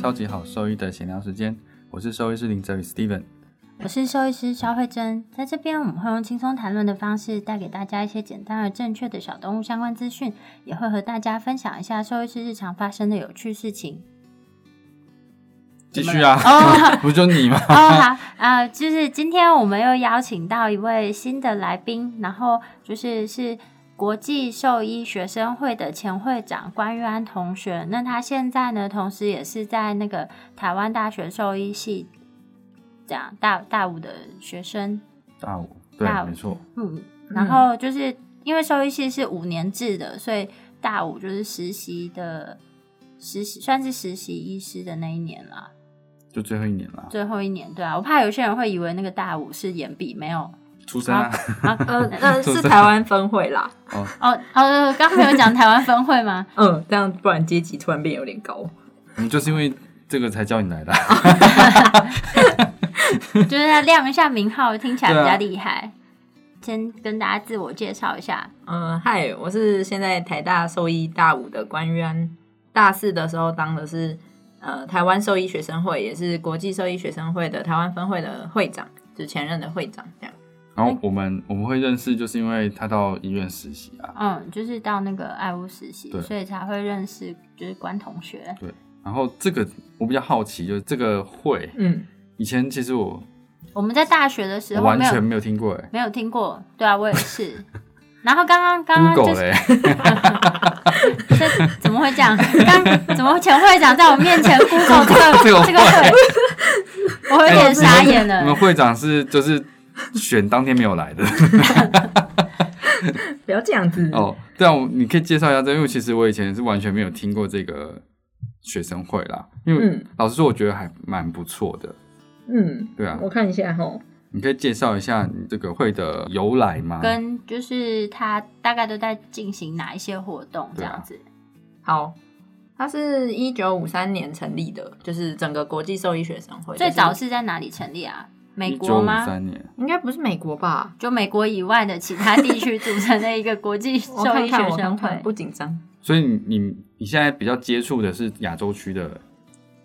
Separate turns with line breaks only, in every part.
超级好兽医的闲聊时间，我是兽医师林哲宇 Steven。
我是兽医师肖慧珍，在这边我们会用轻松谈论的方式，带给大家一些简单而正确的小动物相关资讯，也会和大家分享一下兽医师日常发生的有趣事情。
继续啊， 不就你吗？
哦，好，呃，就是今天我们又邀请到一位新的来宾，然后就是是国际兽医学生会的前会长关玉安同学。那他现在呢，同时也是在那个台湾大学兽医系这样大大五的学生，
大五，对
大，五
没错，
嗯，然后就是因为兽医系是五年制的，所以大五就是实习的实习，算是实习医师的那一年啦。
就最后一年啦，
最后一年，对啊，我怕有些人会以为那个大五是延毕，没有
出生啊，
啊，
呃呃，是台湾分会啦。
哦哦，刚刚没有讲台湾分会吗？
嗯，这样不然阶级突然变有点高。
我们就是因为这个才叫你 来的啊，
就是要亮一下名号，听起来
对啊
比较厉害。先跟大家自我介绍一下，
嗯，嗨，我是现在台大兽医大五的关玉安，大四的时候当的是呃台湾兽医学生会，也是国际兽医学生会的台湾分会的会长，就是前任的会长这样。
然后我们我们会认识，就是因为他到医院实习啊，
嗯，就是到那个爱屋实习
对，
所以才会认识就是关同学。
然后这个我比较好奇，就是这个会，
嗯，
以前其实我
我们在大学的时
我
候
完
没有
全没有听过，哎
没有听过，对啊，我也是。 然后刚刚刚刚就
，Google 欸
是
嘞，
这怎么会这样？刚怎么前会长在我面前 Google 这个
这个哎
这个会，我有点傻眼
你
了
们。会长是就是选当天没有来的
不要这样子。
嗯
哦，对啊，我你可以介绍一下这个，因为其实我以前是完全没有听过这个学生会啦，因为
嗯
老实说，我觉得还蛮不错的，
嗯，
对啊，
我看一下哈。
你可以介绍一下你这个会的由来吗？
跟就是他大概都在进行哪一些活动这样子？
啊
好，它是一九五三年成立的，就是整个国际兽医学生会。
最早
就是
在哪里成立啊？美
一
国
九五
吗？
三年，
应该不是美国吧？
就美国以外的其他地区组成的一个国际
我
兽
看
医学
看，我看
生
看，
会
不。紧张。
所以你你你现在比较接触的是亚洲区的，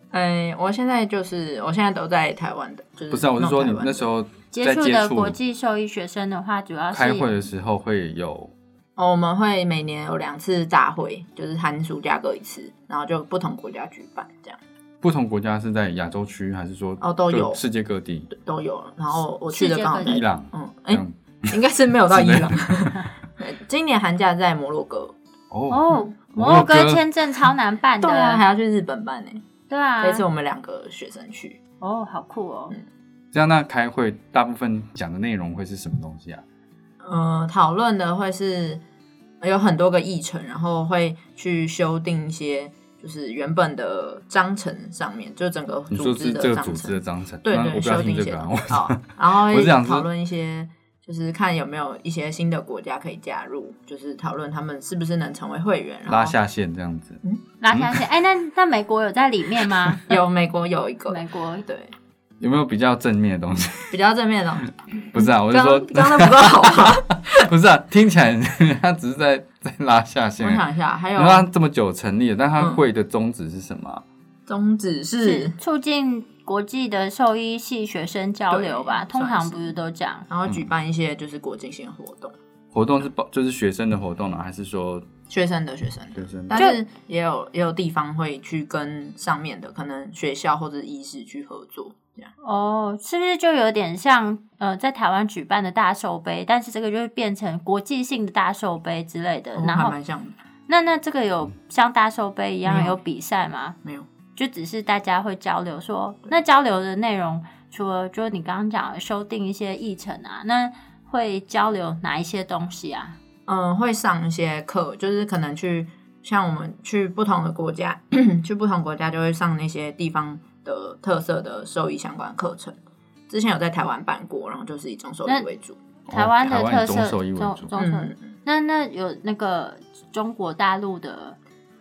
哎，我现在就是，我现在都在台湾的，就是
不是啊？我是说你那时
候
候
接
在
触
接
的
触
国际兽医学生的话，主要是
开会的时候会有
哦，我们会每年有两次大会，就是寒暑假各一次，然后就不同国家举办，这样
不同国家是在亚洲区，还是说
哦都有
就世界各地？
都有。然后我去的刚好在
伊，朗，
嗯，哎、
嗯，
应该是没有到伊朗
之。
对今年寒假在摩洛哥，
哦，
哦，摩
摩
洛
洛哥
哥签证超难办
对啊，
的
还，要去日本办呢、
对啊
这，次我们两个学生去，
哦，好酷哦。
这样那开会大部分讲的内容会是什么东西啊？
呃，讨论的会是有很多个议程，然后会去修订一些就是原本的章程上面，就整个
你
组
说
织
是
的
这个
章
组织的
程，
章程？
对
那
对，
我不
修
要
订
听
一
这
些
个啊，
东
我
西。哦，然后
我是想
讨
是
论一些，就是看有没有一些新的国家可以加入，就是讨论他们是不是能成为会员。然后
拉下线这样子。
拉下线，哎，那那美国有在里面吗？
有 美国有一个，
美国
对，
有没有比较正面的东西？
比较正面的东西。
不是啊，我是
刚
说
刚，刚刚那不够好 吗？
不是啊，听起来 他只是在在拉下线
我
而已。
想一下，还
你
有
说他这么久成立了，但他
嗯
会的宗旨是什么啊？
宗旨是
是，促进国际的兽医系学生交流吧？
对
通
算
常
是
不是都这样？
然后
嗯
举办一些就是国际性的活动，
活动是包就是学生的活动呢，还是说
学生的学生的。
学生的？
但是也有也有地方会去跟上面的可能学校或者医师去合作，这样
哦，是不是就有点像呃，在台湾举办的大寿杯，但是这个就会变成国际性的大寿杯之类的。
我
然
哦还
后，
蛮像的
那那这个有像大寿杯一
没
样
有
有比赛吗？
没有。
就只是大家会交流说，那交流的内容除了就是你刚刚讲的修订一些议程啊，那会交流哪一些东西啊？
嗯，会上一些课，就是可能去像我们去不同的国家， 去不同国家就会上那些地方的特色的兽医相关课程。之前有在台湾办过，然后就是以中兽医为主。
台湾
哦台
的
湾
特
以
色
中兽医为
中
主
中兽医
嗯，
那那有那个中国大 陆的，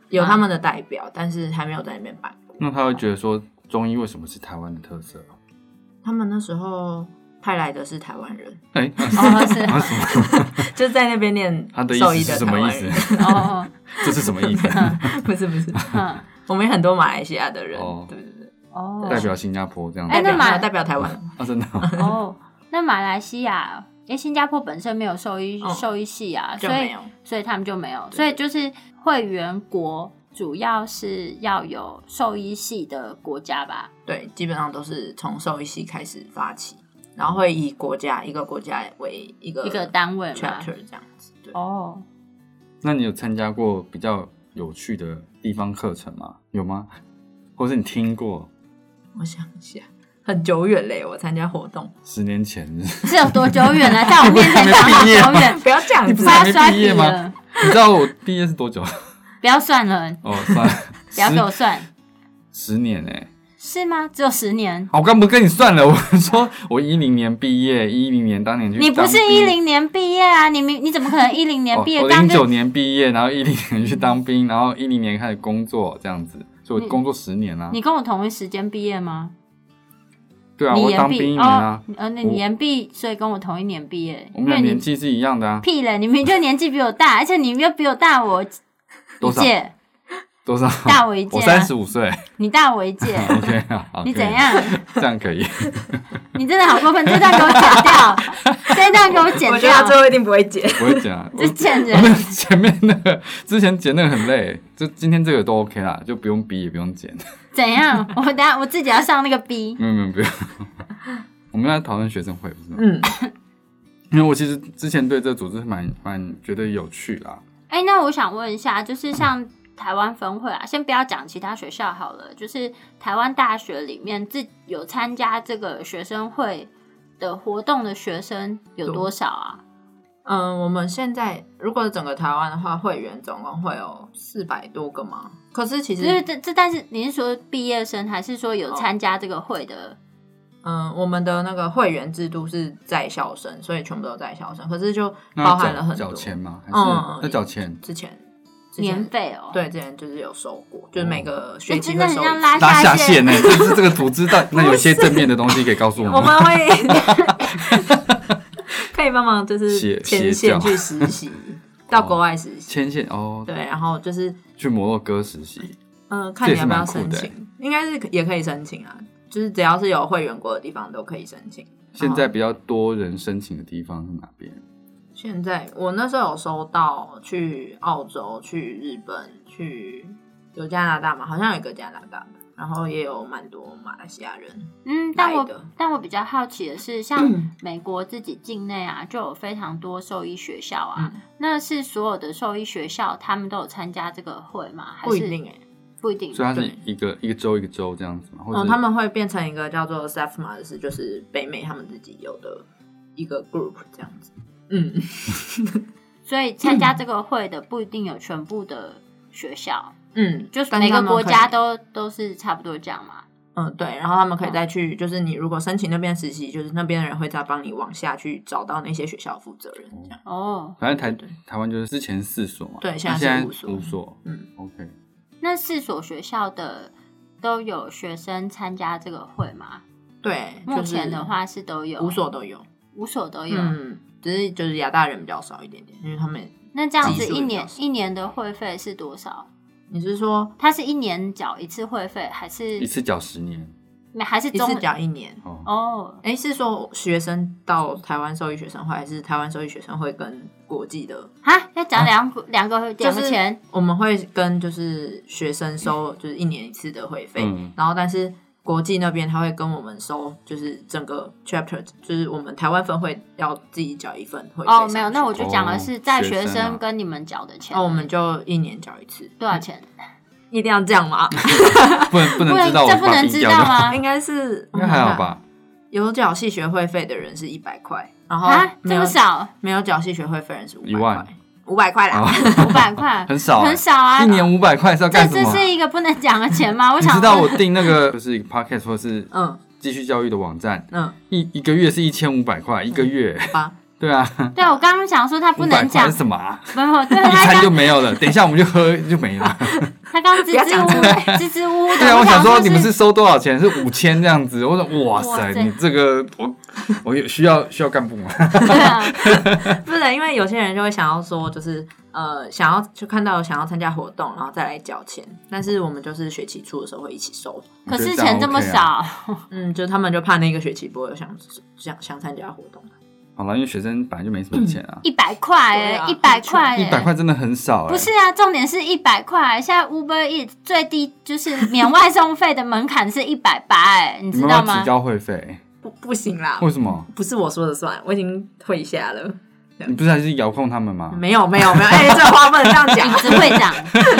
有
嗯
他们的代表，但是还没有在那边办过。
那他会觉得说中医为什么是台湾的特色？啊
他们那时候派来的是台湾人，
哎，
哦是
就在那边念
他的意
兽
思
医
是
的
什
台
么
湾
意
人。
思？
哦，
这是什么意思？
不是不是，
嗯，
我们有很多马来西亚的人，
哦
对对对，
哦，
代表新加坡这样子
哎
代
那
表
马
没有代表台湾，
啊，真的哦
哦，那马来西亚，因为新加坡本身没有兽医、
嗯
兽医系啊，所
就没
以
有
所以他们就没有，所以就是会员国主要是要有兽医系的国家吧。
对，基本上都是从兽医系开始发起，然后会以国家一个国家为一个
一个单位嘛
chapter 这样子，对。
哦，
那你有参加过比较有趣的地方课程吗？有吗？或者是你听过
我想一下，很久远嘞，我参加活动，
十年前？
是有多久远呢？在我面前讲好
还没毕业吗
久远，
不要这样
你 不
子啊
是
快
还没
要刷
毕
题
业吗
了，
你知道我毕业是多久？
不要算了，
哦，算了，
不要给我
十
算，
十年哎、欸。
是吗？只有十年。
啊我刚不跟你算了，我说我一零年毕业，一零年当年去当
你
兵。
不是一零年毕业啊？你明你怎么可能一零年毕业？
哦、我
当
零
个
九年毕业，然后一零年去当兵，然后一零年开始工作，这样子，所以我
你
工作十年啦、啊
你跟我同一时间毕业吗？
对啊，
你
我
延
当
毕
兵一年
哦
啊，，
呃，那
我
你延毕，所以跟我同一年毕业，
我
因
们俩
为
年
你
纪是一样的啊，
屁了，你明明就年纪比我大，而且你又比我大我一
多少
届，
多少？
大我一届
我
啊
三十五岁，
你大我一届
，OK 啊，好
你
可以
怎样？
这样可以，
你真的好过分，这段给我剪 掉，这段给我剪
我觉得他最
掉，
后一定不会解。
我会 讲啊。我
这贱
我们
人。
前面那个之前剪那个很累，就今天这个都 OK 啦，就不用逼也不用剪，
怎样？我等下我自己要上那个 B，
没有没有 不用。我们要讨论学生会不是吗？
嗯，
因为我其实之前对这个组织蛮蛮觉得有趣啦，
哎、那我想问一下，就是像台湾分会啊，先不要讲其他学校好了，就是台湾大学里面自有参加这个学生会的活动的学生有多少啊？
嗯，我们现在如果整个台湾的话，会员总共会有四百多个嘛。可是其
就是
实，哦
这这，但是你是说毕业生，还是说有参加这个会的？
嗯，我们的那个会员制度是在校生，所以全部都在校生。可是就
那要
包含
缴
了很
缴
多
钱吗？还
嗯
是要缴钱？
之前之
年
前
费哦、，
对之前就是有收过，
哦
就是每个
那
学期
真
会
的很
收一
像
次。
拉
拉下
线
线。呢、 就是这个组织到那有些正面的东西可以告诉
我
我们。
们会 可以帮忙就是
写
前
写
线
教
去 实习，到国外实习。
牵线哦，
对，然后就是
去摩洛哥实习，
嗯、呃看
这也
你要
是
不
蛮
要
酷
申
的欸
请，应该是可也可以申请啊，就是只要是有会员国的地方都可以申请。
现在比较多人申请的地方是哪边？
哦现在我那时候有收到去澳洲、去日本、去有加拿大嘛，好像有一个加拿大的，然后也有蛮多马来西亚人
嗯，但
来
我
的。
但我比较好奇的是，像 美国自己境内啊，就有非常多兽医学校啊。
嗯
那是所有的兽医学校他们都有参加这个会吗？还
不
是
一定哎、
不一定
所以它是
对
一个一个州一个州这样子嘛，或者
嗯，他们会变成一个叫做 SAFMA 的事，就是北美他们自己有的一个 group 这样子。嗯，
所以参 加这个会的不一定有全部的学校，
嗯，
就是
但
每
他
个
们
国
可以
家都都是差不多这样嘛。
嗯对，然后他们可以再去，就是你如果申请那边实习，就是那边的人会再帮你往下去找到那些学校负责人这样。
哦，
反正台
对
台湾就是之前四所嘛，
对
那
现在
现
是
在
五所
五所
嗯，
，OK，
那四所学校的都有学生参加这个会吗？
对，
目前的，话是都有，
五所都有，
五所都有。
嗯，只是就是亚大人比较少一点点，因为他们
那这样
基
子
数
一
也比
年
较少
一年的会费是多少？
你是说
他是一年缴一次会费，还是
一次缴十年
没还是
一
中
次缴一年？
哦，
哦？
哎，是说学生到台湾兽医学生会，还是台湾兽医学生会跟国际的
哈，要缴两个两个两
啊就
个
是
钱，
我们会跟就是学生收
嗯
就是一年一次的会费，
嗯
然后但是国际那边他会跟我们收，就是整个 chapter，就是我们台湾分会要自己缴一份会费上
哦，
去。
没有，那我就讲的是在
哦
学
学生啊
生跟你们缴的钱，
那哦我们就一年缴一次，
多少钱？
一定要这 样吗？
不能不能知道我
这不
把
能
冰
知
掉
道
掉，
啊吗
应？该是
应
嗯
该还好？吧？
有缴系学会费的人是一百块，然后
啊，
没
这
有
么少，
没有缴系学会费的人是五
一
百
万
块，五百块啦。
啊，
五百块
很少
很少啊，
一年五百块是要
这
干什
这
么？啊
是一个不能讲的 钱吗？我
你
想
知道
问
我订那个就是一个 podcast 或是
嗯
继续教育的网站，
嗯，
一一个月是一千五百块，一个月，
好吧，
对啊，
对我刚刚想说他不
500
能
块
讲
是，什么啊？
没有， 对
一
他
餐就
刚
没有了，等一下我们就喝就没了。
他刚支
不要
支
讲
吾
出来
支支吾吾的，
对啊，我想说
说
你们是收多少钱？是五千这样子。我说哇塞
哇，塞
你这个我我有需要需要干部吗？
对啊，
不是因为有些人就会想要说，就是嗯、呃想要就看到想要参加活动，然后再来缴钱。但是我们就是学期初的时候会一起收，
我
可
觉得
是
样
钱这么
OK 啊
少，
嗯，就他们就怕那个学期不会有想想想参加活动。
好了，因为啊学生本来就没什么
嗯
钱啊，
一百块
对
哎
啊，
一百块
一百
哎。
块真的很少哎、
不是啊，重点是一百块。现在 Uber E 最低就是免外送费的门槛是一百八，哎，你
你
知
们
道
要不要
吗
提？交会费？
不不行啦，
为什么？
不是我说的算，我已经退下了。
你不是还是遥控他们吗？
没有没有没有，哎、这话不能这样讲
影，子会长，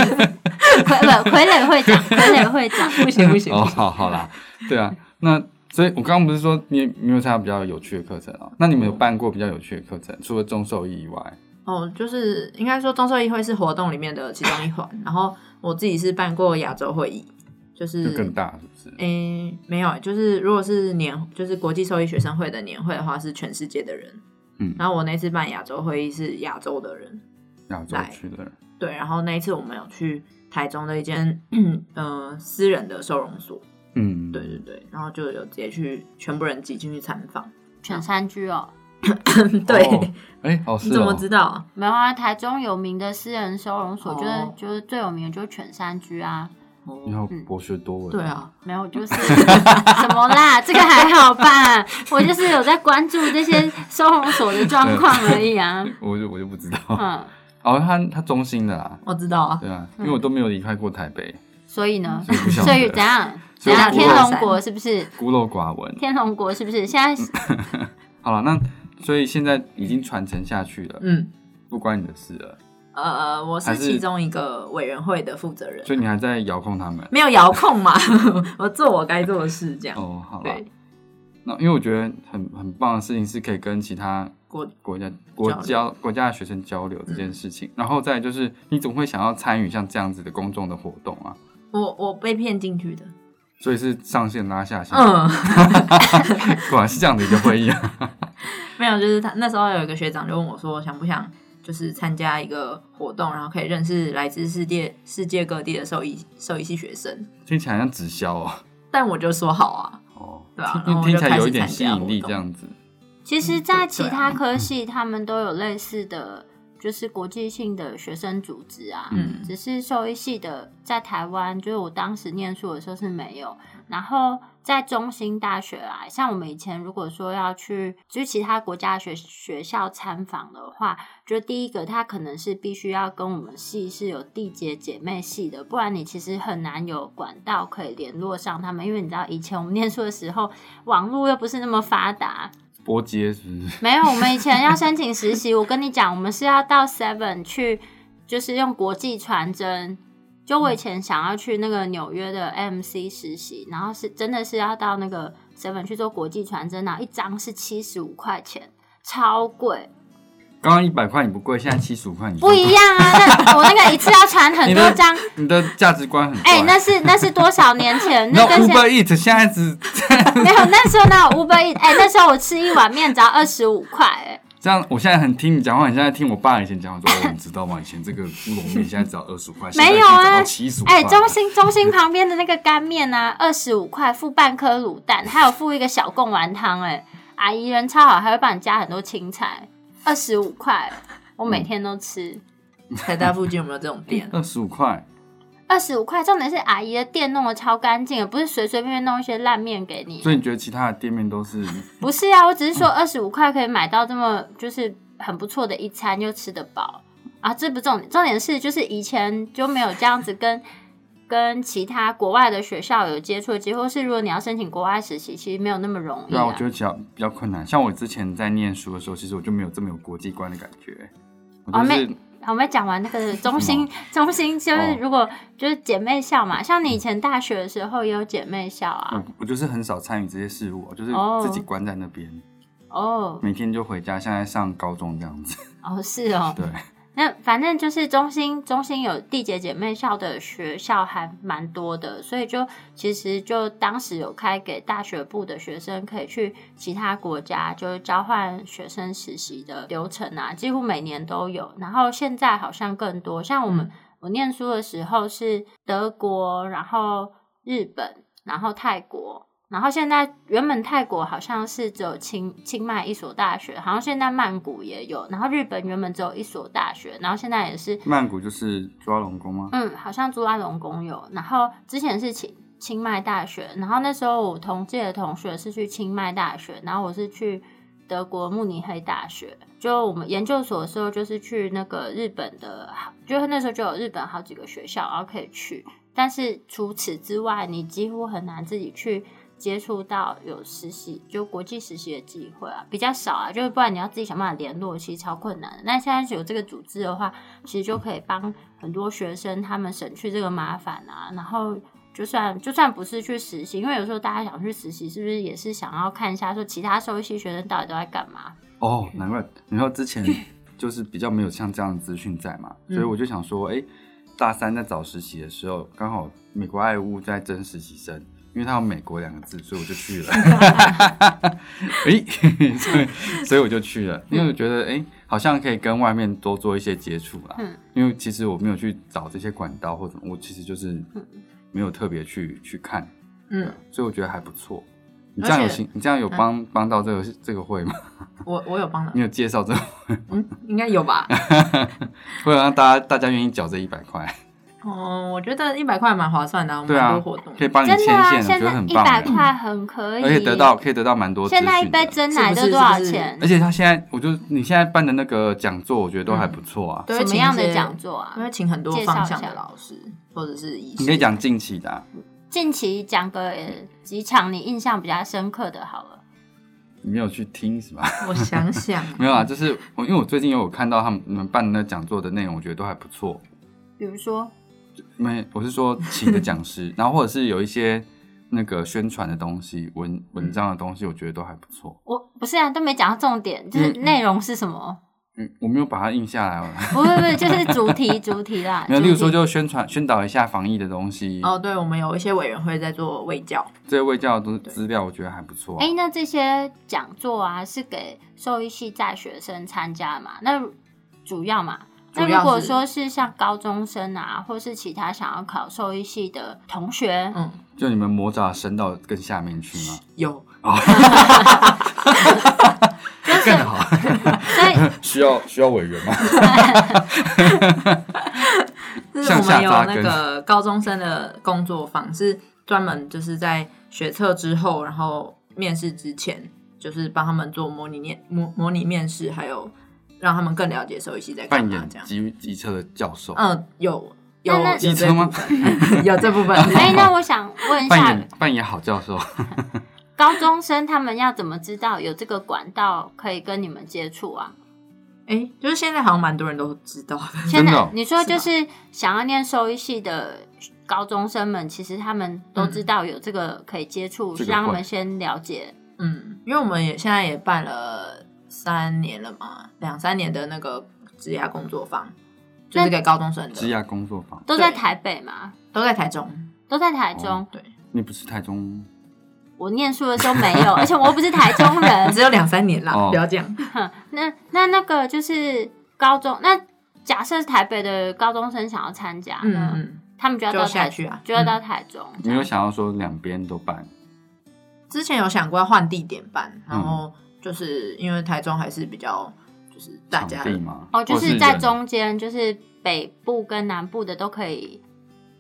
傀不傀儡会长，傀儡会长。
不行不行。
哦，好好啦，对啊，那所以我刚刚不是说你也没有参加比较有趣的课程啊？那你们有办过比较有趣的课程？除了中兽医以外，
哦，就是应该说中社议会是活动里面的其中一环，然后我自己是办过亚洲会议，就是
就
嗯
更大是不是？
诶、没有，就是如果是年，就是国际兽医学生会的年会的话，是全世界的人。
嗯
然后我那次办亚洲会议是亚洲的人，
亚洲
来
区的人，
对。然后那一次我们有去台中的一间呃私人的收容所，
嗯，
对对对，然后就有直接去全部人挤进去参访。
犬山居哦，
对，
哦哎、哦是
你怎么
哦，
知道啊？
没有啊，台中有名的私人收容所，就是
哦
就是最有名的就是犬山居啊，
你好博学多闻，
对，啊，
没有就是 什么啦，这个还好吧，我就是有在关注这些收容所的状况而已啊，
哦我就我就不知道，
嗯，
哦，他他中心的啦，
我知道啊。
对啊，因为我都没有离开过台北，
所以呢，
所以不晓
嗯所以
得
怎，样
所
怎
以
样，
我
天龙国是不是？
孤陋寡闻。
天龙国是不是现在
好了，那所以现在已经传承下去了，
嗯，
不关你的事了，
呃，我
还
是
是
其中一个委员会的负责人，
所以你还在遥控他们。
没有遥控嘛， 我做我该做的事，这样。
哦，好了
嗯对，，
那因为我觉得很很棒的事情是可以跟其他
国
国家国交国家的学生交流这件事情，然后再来就是你总会想要参与像这样子的公众的活动啊，
我我被骗进去的，
所以是上线拉下线，
嗯，
果然是这样的一个会议啊。
没有，就是他那时候有一个学长就问我说，想不想就是参加一个活动，然后可以认识来自世界世界各地的兽医兽医系学生，
听起来像直销哦，
但我就说好啊，
哦，
对啊
听
然后我就
听起来
开始
有一点
参
吸
加
引力
活动
这样子，
其实，
嗯
在
对
其
对啊
他科系，他们都有类似的，就是国际性的学生组织啊。
嗯
嗯，
只是兽医系的在台湾，就是我当时念书的时候是没有。然后在中兴大学啊，像我们以前如果说要去就是其他国家的学学校参访的话，就第一个它可能是必须要跟我们系是有缔结姐妹系的，不然你其实很难有管道可以联络上他们，因为你知道以前我们念书的时候，网络又不是那么发达，
波接是不是？
没有，我们以前要申请实习，我跟你讲，我们是要到 Seven 去，就是用国际传真。就我以前想要去那个纽约的 MC 实习，然后是真的是要到那个 Seven 去做国际传真，然后一张是七十五块钱，超贵，
刚刚一百块你不贵，现在七十五块你就
不一样啊！那我那个一次要传很多 张，
你的价值观很怪
哎、那是那是多少年前？
那
那跟现
Uber Eat 现在只
没有那时候那 Uber Eats，哎、那时候我吃一碗面只要二十五块，哎，
这样，我现在很听你讲话，你现在听我爸以前讲话说，哦，你知道吗？以前这个乌龙面现在只要二十五块，
没有啊
七十五块。？
哎、中心中心旁边的那个干面啊，二十五块附半颗卤蛋，还有附一个小贡丸汤、哎，阿姨人超好，还会帮你加很多青菜，二十五块，我每天都吃。
台大附近有没有这种店
二十五块，
二十五块，重点是阿姨的店弄得超干净，不是随随便便弄一些烂面给你。
所以你觉得其他的店面都是
不是啊，我只是说二十五块可以买到这么就是很不错的一餐，又吃得饱啊，这不重点，重点是就是以前就没有这样子跟 跟其他国外的学校有接触的机会，或是如果你要申请国外实习，其实没有那么容易、
对啊？我觉得比较比较困难。像我之前在念书的时候，其实我就没有这么有国际观的感觉，我
哦
就是、
好我们讲完那个 中心，中心就是
哦
如果就是姐妹校嘛，像你以前大学的时候也有姐妹校啊，
我我就是很少参与这些事物，就是
哦
自己关在那边，
哦
每天就回家，像在上高中这样子。
哦是哦，
对，
那反正就是中心，中心有地姐姐妹校的学校还蛮多的，所以就其实就当时有开给大学部的学生可以去其他国家，就是交换学生实习的流程啊，几乎每年都有。然后现在好像更多，像我们、
嗯
我念书的时候是德国，然后日本，然后泰国，然后现在原本泰国好像是只有清清迈一所大学，好像现在曼谷也有，然后日本原本只有一所大学，然后现在也是
曼谷就是抓龙宫吗？
嗯，好像朱拉隆功有，然后之前是清清迈大学，然后那时候我同届的同学是去清迈大学，然后我是去德国慕尼黑大学。就我们研究所的时候，就是去那个日本的，就是那时候就有日本好几个学校，然后可以去。但是除此之外，你几乎很难自己去接触到有实习，就国际实习的机会啊，比较少啊。就是不然你要自己想办法联络，其实超困难的。那现在有这个组织的话，其实就可以帮很多学生他们省去这个麻烦啊。然后就算就算不是去实习，因为有时候大家想去实习，是不是也是想要看一下说其他受一些学生到底都在干嘛？
哦，难怪你说之 前就是比较没有像这样的资讯在嘛，所以
嗯
我就想说，哎、大三在找实习的时候，刚好美国爱屋在争实习生，因为它有美国两个字，所以我就去了。哎、 所以所以我就去了，
嗯
因为我觉得哎、好像可以跟外面多做一些接触啦。
嗯
因为其实我没有去找这些管道或者我其实就是没有特别去去看，
嗯，
所以我觉得还不错。你
而
这样有
且嗯
行，你这样有帮帮到这个这个会吗？
我我有帮的
你，有介绍这个
嗯，应该有吧？
会让大家大家愿意缴这一百块，
哦，我觉得一百块蛮划算的啊，我们
对
蛮
啊
多活动，
可以帮你
真
牵线，
的啊，
我觉
现
得
在
很
一
棒
百
欸，
块很可以，
而且得到可以得到蛮多资
现
讯
在一杯
的。
真奶
是不
都
是
多少
是不是
钱
而？且他现在，我就你现在办的那个讲座，我觉得都还不错啊。
对
什么样
请一
的
些
讲座
因
啊
为？请很多
介绍
方
一
向
下
的老师或者是医
你
生，
可以讲 近期的啊、
近期讲个呃几场你印象比较深刻的，好了。
你没有去听是吧？
我想想，
没有啊，就是我因为我最近有看到他们你们办的那讲座的内容，我觉得都还不错。
比如说，
没，我是说请的讲师， 然后或者是有一些那个宣传的东西、文文章的东西，我觉得都还不错。
我不是啊，都没讲到重点，就是
嗯
内容是什么？
嗯，我没有把它印下来哦。
不是不是，就是主题主题啦。
没有，
主
例如说
题
就宣传宣导一下防疫的东西，
哦，对，我们有一些委员会在做卫教，
这些卫教的资料，我觉得还不错啊、
哎、那这些讲座啊，是给兽医系在学生参加嘛？那主要嘛？那
主要
如果
是
说是像高中生啊，或是其他想要考兽医系的同学，
哦
嗯，
就你们魔爪伸到更下面去吗？
有
更好，
所以
需要需要委员吗？
就是
向
我
下
们有
扎
那
根
个高中生的工作坊，是专门就是在学测之后，然后面试之前，就是帮他们做模拟面模模拟面试，还有让他们更了解兽医系在 干
扮
嘛
演
这样。
机机车的教授，
嗯，有有
那那
有
机
这
车吗
部分， 有这部分。
哎、那我想问一
扮
下，
演扮演好教授，
高中生他们要怎么知道有这个管道可以跟你们接触啊？
哎，就是现在好像蛮多人都知道的，
真
现
的
在、
哦
你说就是想要念兽医系的高中生们，其实他们都知道有这个可以接触，
嗯这个
让他
会
们先了解。
嗯，因为我们也现在也办了三年了嘛，两三年的那个职涯工作坊，就是给高中生
职
的，
涯工作坊。
都在
对
台北嘛，
都在台中。
都在台中。
哦你不是台中
我念书的时候没有，而且我又不是台中 人。
只有两三年啦，
哦
不要这样。
哼那那那个就是高中，那假设是台北的高中生想要参加，
嗯
嗯，
嗯，
他们就要
就
到
下
台
去啊
就要
嗯
到台中。
没有想要说两边都办，
之前有想过要换地点办，
嗯
然后就是因为台中还是比较就是大
场
家
地吗？
哦，就
或
是在
人
中间，就是北部跟南部的都可以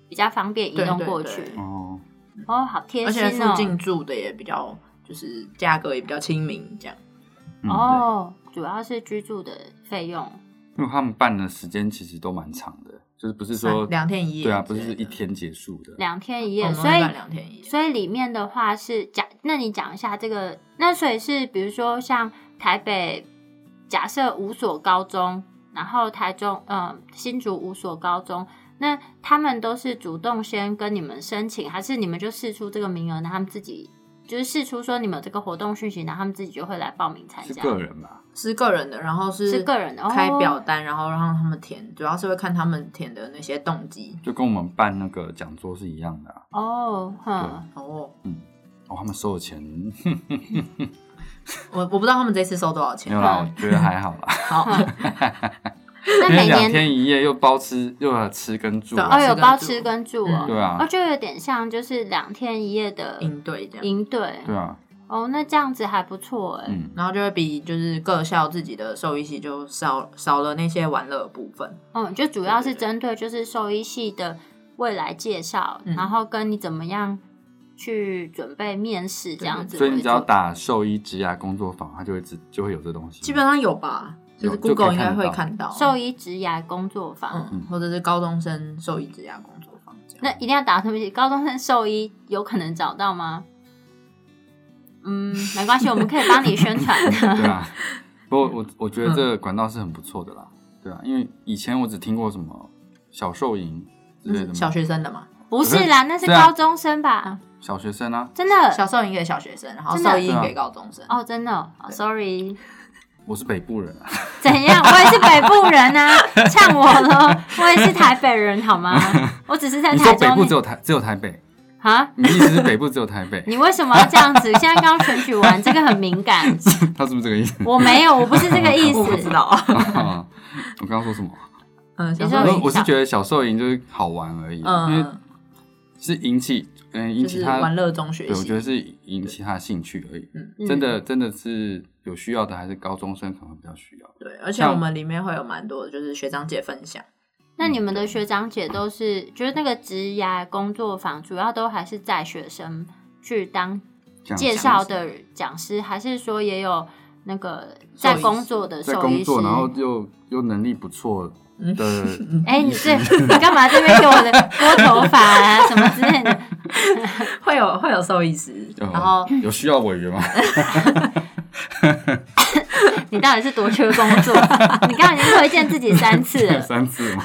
比较方便移
对
动
对
过
对
去。
哦，
哦，好贴
而且
心
附
哦！
近住的也比较就是价格也比较亲民，这样
嗯，
哦，主要是居住的费用。
对因为他们办的时间其实都蛮长的，就是不是说
三两天一夜
对啊，
之
不
类的
是一天结束的。
两天一夜，
我们
所
会办
以
哦两天一夜。
所以里面的话是假，那你讲一下这个，那所以是比如说像台北，假设五所高中，然后台中，嗯、新竹五所高中。那他们都是主动先跟你们申请，还是你们就试出这个名额，然后他们自己就是试出说你们有这个活动讯息，然后他们自己就会来报名参
是
加？
个人吧，
是个人的，然后是
是个人的哦
开表单，然后让他们填，主要是会看他们填的那些动机。
就跟我们办那个讲座是一样的啊、
哦，哼，
哦，
哦，他们收的钱
我我不知道他们这次收多少
没
钱
有，啦，我觉得还好啦。
好，
那
因为
每
两
年
天一夜又包吃又有吃跟住啊，
对
哦有包吃
吃
跟住
嗯
哦，
对啊
哦就有点像就是两天一夜的
应对这样，
营队
对啊，
哦，那这样子还不错哎、
嗯，
然后就会比就是各校自己的兽医系就少少了那些玩乐的部分，
嗯，就主要
对
是
对对
针对就是兽医系的未来介绍，
嗯
然后跟你怎么样去准备面试这样子为主。
所以你只要打兽医职涯工作坊，它就会知就会有这东西。
基本上有吧，就是
有就可以
Google 应该会
看
看到，
兽医职涯工作坊，
嗯，或者是高中生兽医职涯工作坊这样。
那一定要打对不起，高中生兽医有可能找到吗？嗯，没关系，我们可以帮你宣传
对啊，不过我我觉得这个管道是很不错的啦，对啊，因为以前我只听过什么小兽营之
那
类的
是
嘛，
小学生的嘛，
不是啦，那是
对啊
高中生吧？
小学生啊，
真的
小兽医给小学生，然后
真的
兽医
对啊
给高中生。
哦，真的、哦
对
s o r r y
我是北部人啊，
怎样？我也是北部人 啊，呛我咯，我也是台北人好吗？我只是在
你
台
说北部
中
只有台只有台北，
啊。？
你的意思是北部只有台北
你为什么要这样子？现在刚选举完，这个很敏感。
他是不是这个意思？ 哦
我没有，我不是这个意思。
我不知道啊，
我刚刚说什么？
嗯，小
你
兽
说
我
对
说
医，
我是觉得小兽营就是好玩而已，因为
嗯，
是引起嗯引
就
起
是
他
玩乐中学
对，我
习
觉，得是引起他的兴趣而已。
嗯
真的，真的是有需要的，还是高中生可能比较需要。
对，而且
像
我们里面会有蛮多的就是学长姐分享，
那你们的学长姐都是，就是那个职涯工作坊，主要都还是在学生去当
这样
介绍的讲师，还是说也有那个在工作的
在
兽
工
医师
作，？然后又又能力不错
嗯
的，
哎、你这你干嘛这边给我的拨头发啊什么之类的？
会有会有兽医师，
有
然后
有需要委员吗？
你到底是多缺工作？ 你刚刚已经推荐自己三次 了，
三次吗？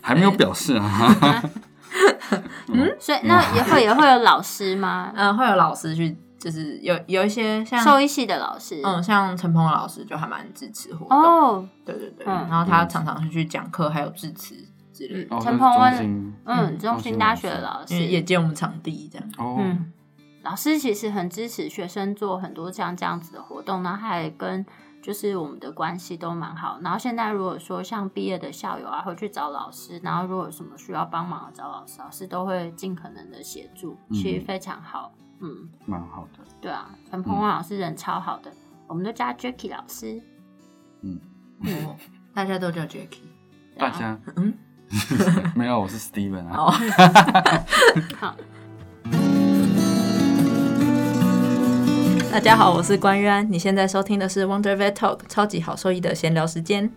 还没有表示啊。
所以
嗯
那也会也会有老师吗？
嗯，会有老师去，就是有有一些像
兽医系的老师，
嗯，像陈鹏老师就还蛮支持活动，
哦，
对对对，
嗯
然后他常常去讲课，还有致辞之类的，
哦
陈鹏
这是中心
嗯，中
嗯
中
心
心
大
老
学的
师
老师
因为嗯也借我们场地这样，
哦，
嗯，老师其实很支持学生做很多像这样子的活动，然后还跟就是我们的关系都蛮好。然后现在如果说像毕业的校友啊，会去找老师，然后如果有什么需要帮忙找老师，老师都会尽可能的协助，
嗯
其实非常好。嗯，
蛮好的。
对啊，陈
嗯
鹏旺老师人超好的，我们都叫 Jacky 老师。
哦大家都叫 Jacky，
对
大
啊
家
嗯，
没有，我是 Steven 啊。
哦，
好，
大家好，我是关渊安，你现在收听的是 Wonder Vet Talk 超级好兽医的闲聊时间。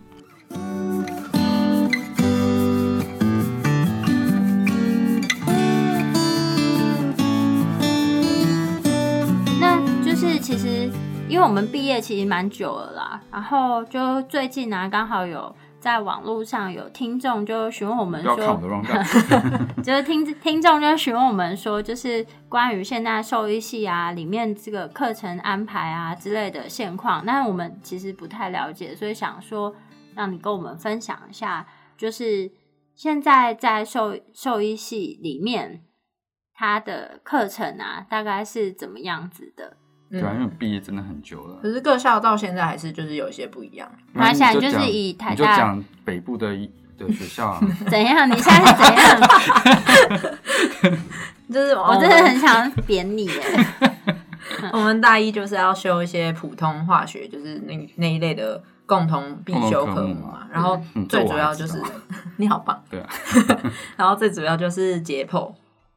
那就是其实因为我们毕业其实蛮久了啦，然后就最近呢、刚好有在网络上有听众就询问我们
不要看我
说
的。wrong guy
就是听听众就询问我们说，就是关于现在兽医系啊里面这个课程安排啊之类的现况，那我们其实不太了解，所以想说让你跟我们分享一下，就是现在在兽兽医系里面，它的课程啊大概是怎么样子的？
对啊，因
嗯，
为我毕业真的很久了
可。是各校到现在还是就是有一些不一样，
嗯马来西亚
你
就是
讲
以台
你就
大
讲北部的一的学校 啊，
怎样？你现在是怎样？
就是
我
哦
真的很想扁你耶！
我们大一就是要修一些普通化学，就是那那一类的共同必修科目啊嘛。然后
嗯
最主要就
这
是
我还
你好棒，
对啊。
然后最主要就是解剖。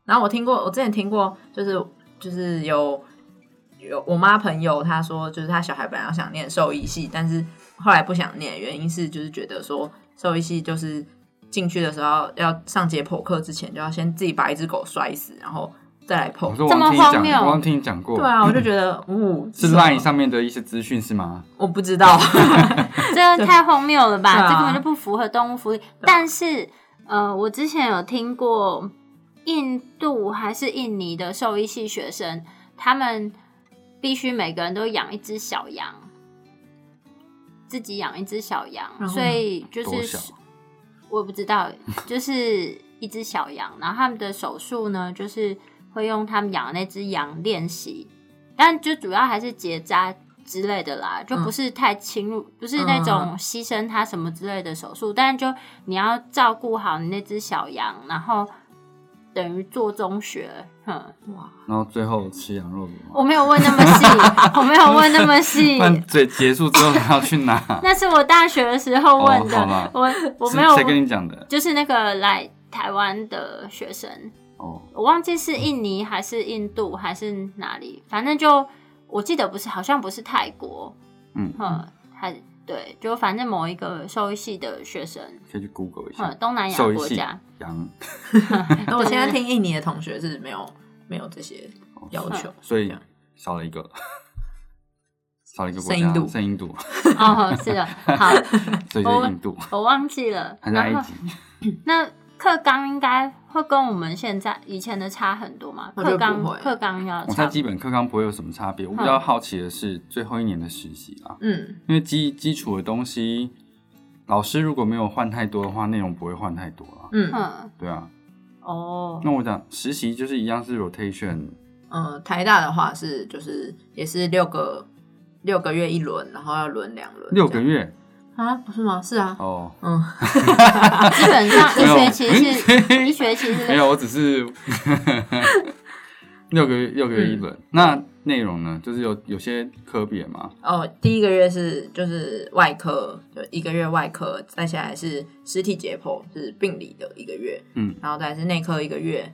然后我听过，我之前听过，就是就是有有我妈朋友她说，就是她小孩本来要想念兽医系，但是后来不想念，原因是就是觉得说兽医系就是进去的时候要要上解剖课之前，就要先自己把一只狗摔死，然后再来剖
我。说我
这
忘
么
听你
荒
讲，
谬
我忘听你讲过。
对啊，我就 觉得，呜、
是
什么
Line 上面的一些资讯是吗？
我不 知道，
这个太荒谬了吧？
对啊啊
这根本就不符合动物福利。但是，呃，我之前有听过印度还是印尼的兽医系学生，他们必须每个人都养一只小羊，自己养一只小羊，
然后呢
所以就
多
是
小
我也不知道，就是一只小羊。然后他们的手术呢，就是会用他们养的那只羊练习，但就主要还是结扎之类的啦，就
嗯
不是太侵入，不是那种牺牲它什么之类的手术，但就你要照顾好你那只小羊，然后等于做中学，哼，
然后最后吃羊肉炉
我没有问那么 细，我没有问那么细
不，然最结束之后还要去哪？
那是我大学的时候问的，
哦好吧
我我
是
没有
谁跟
问，
你讲的？
就是那个来台湾的学生，
哦，
我忘记是印尼还是印度还是哪里，反正就我记得不是，好像不是泰国，
嗯
哼，还对，就反正某一个兽医系的学生，
可以去 Google 一
哼
下，。
东南亚
兽医
国
系
家，
羊，
那我现在听印尼的同学是没有没有这些要求，
所以少了一个，少了一个国
剩印
家，
度
剩印度，
哦，是的，好，
所以就是印度，
我忘 记了，
还在
然
埃
后
及。
那课纲应该会跟我们现在以前的差很多嘛？
我觉
课
得
纲
不会
课纲要
我猜
差不多
基本课纲不会有什么差别。我比较好奇的是最后一年的实习啦，
嗯，
因为基基础的东西，老师如果没有换太多的话，内容不会换太多啦。
嗯
嗯
对啊，
哦，
那我讲实习就是一样是 rotation，
呃，台大的话是就是也是六个六个月一轮，然后要轮两轮，
六个月
这样啊？不是吗？是啊，
哦。
嗯，
基本上 一
没有
学期是一学期
没
是
有，我只 是六个月六个月一
嗯
轮。那内容呢，就是有有些科别嘛，
哦，第一个月是就是外科，就一个月外科，再下来是尸体解剖，是病理的一个月，
嗯，
然后再来是内科一个月，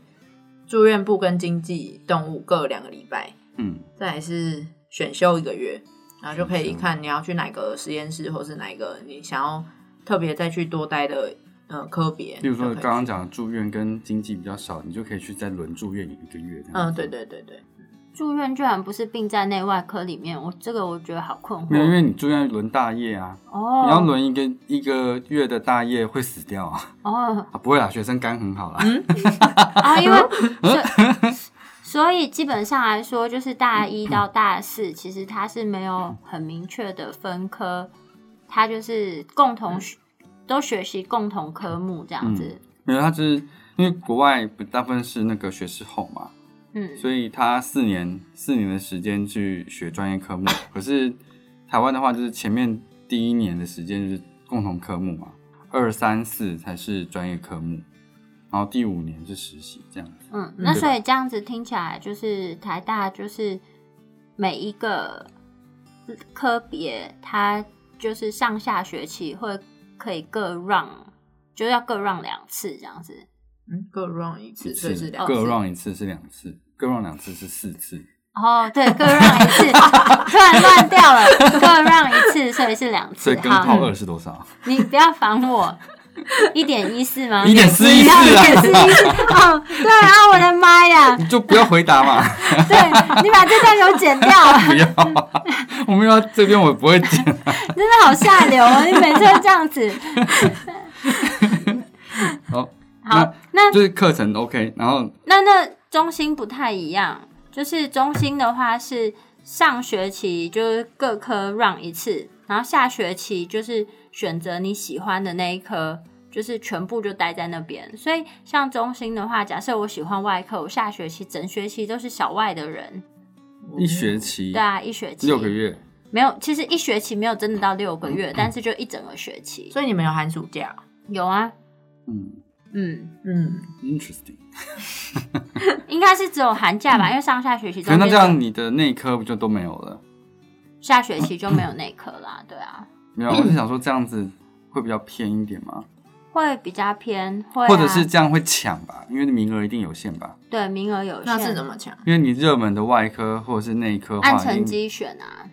住院部跟经济动物各两个礼拜，
嗯，
再来是选修一个月，然后就可以
选修
看你要去哪个实验室，或是哪一个你想要特别再去多待的呃科别。
例如说
就可以
刚刚讲的住院跟经济比较少，你就可以去再轮住院一个月这样。
嗯，对。对对对，
住院居然不是并在内外科里面，我这个我觉得好困
没有，因
惑
为你住院轮大夜啊，你要
哦
轮一个一个月的大夜会死掉啊！
哦
啊不会啦，学生肝很好啦。
嗯
啊， 因为所所以基本上来说，就是大一到大四，其实它是没有很明确的分科，它就是共同学都学习共同科目这样子，
没有，他就是因为国外不大部分是那个学士后嘛，
嗯
所以他四年四年的时间去学专业科目。可是台湾的话，就是前面第一年的时间就是共同科目嘛，二三四才是专业科目，然后第五年是实习这样子。
嗯，那
对
所以这样子听起来，就是台大就是每一个科别，它就是上下学期会可以各让，就要各让两次这样子。
嗯，各 run 一次，所以是两
各
次
run 一次是两次，各 run 两次是四次。
哦，对，各让一次，突然乱掉了，各让一次，所以是两
所
次
以。根
好
号，二是多少？
你不要烦我。一点一四吗？
1.14
一
啊
四一四哦，对啊，我的妈呀！
你就不要回答嘛，
对你把这段给我剪掉了。
不要、啊，我们要这边我不会剪。
真的好下流哦！你每次都这样子。
好，
好，那
就是课程 OK，然后
那那中心不太一样，就是中心的话是上学期就是各科 run 一次，然后下学期就是选择你喜欢的那一科，就是全部就待在那边。所以像中心的话，假设我喜欢外科，我下学期整学期都是小外的人，
嗯
一学期
对啊，一学期
六个，月，
没有，其实一学期没有真的到六个月，但是就一整个学期
所以你们有寒暑假哦？
有啊，
嗯
嗯。
嗯，
，interesting。
应该是只有寒假吧，因为上下学期
嗯可是
中
那
间
这样你的内科不就都没有了？
下学期就没有内科啦，对啊，
没 有，我是想说这样子会比较偏一点吗？
会比较偏，会、啊、
或者是这样会抢吧？因为名额一定有限吧？
对名额有限，
那是怎么抢？
因为你热门的外科或者是内科的话，
按成
一定
绩选啊？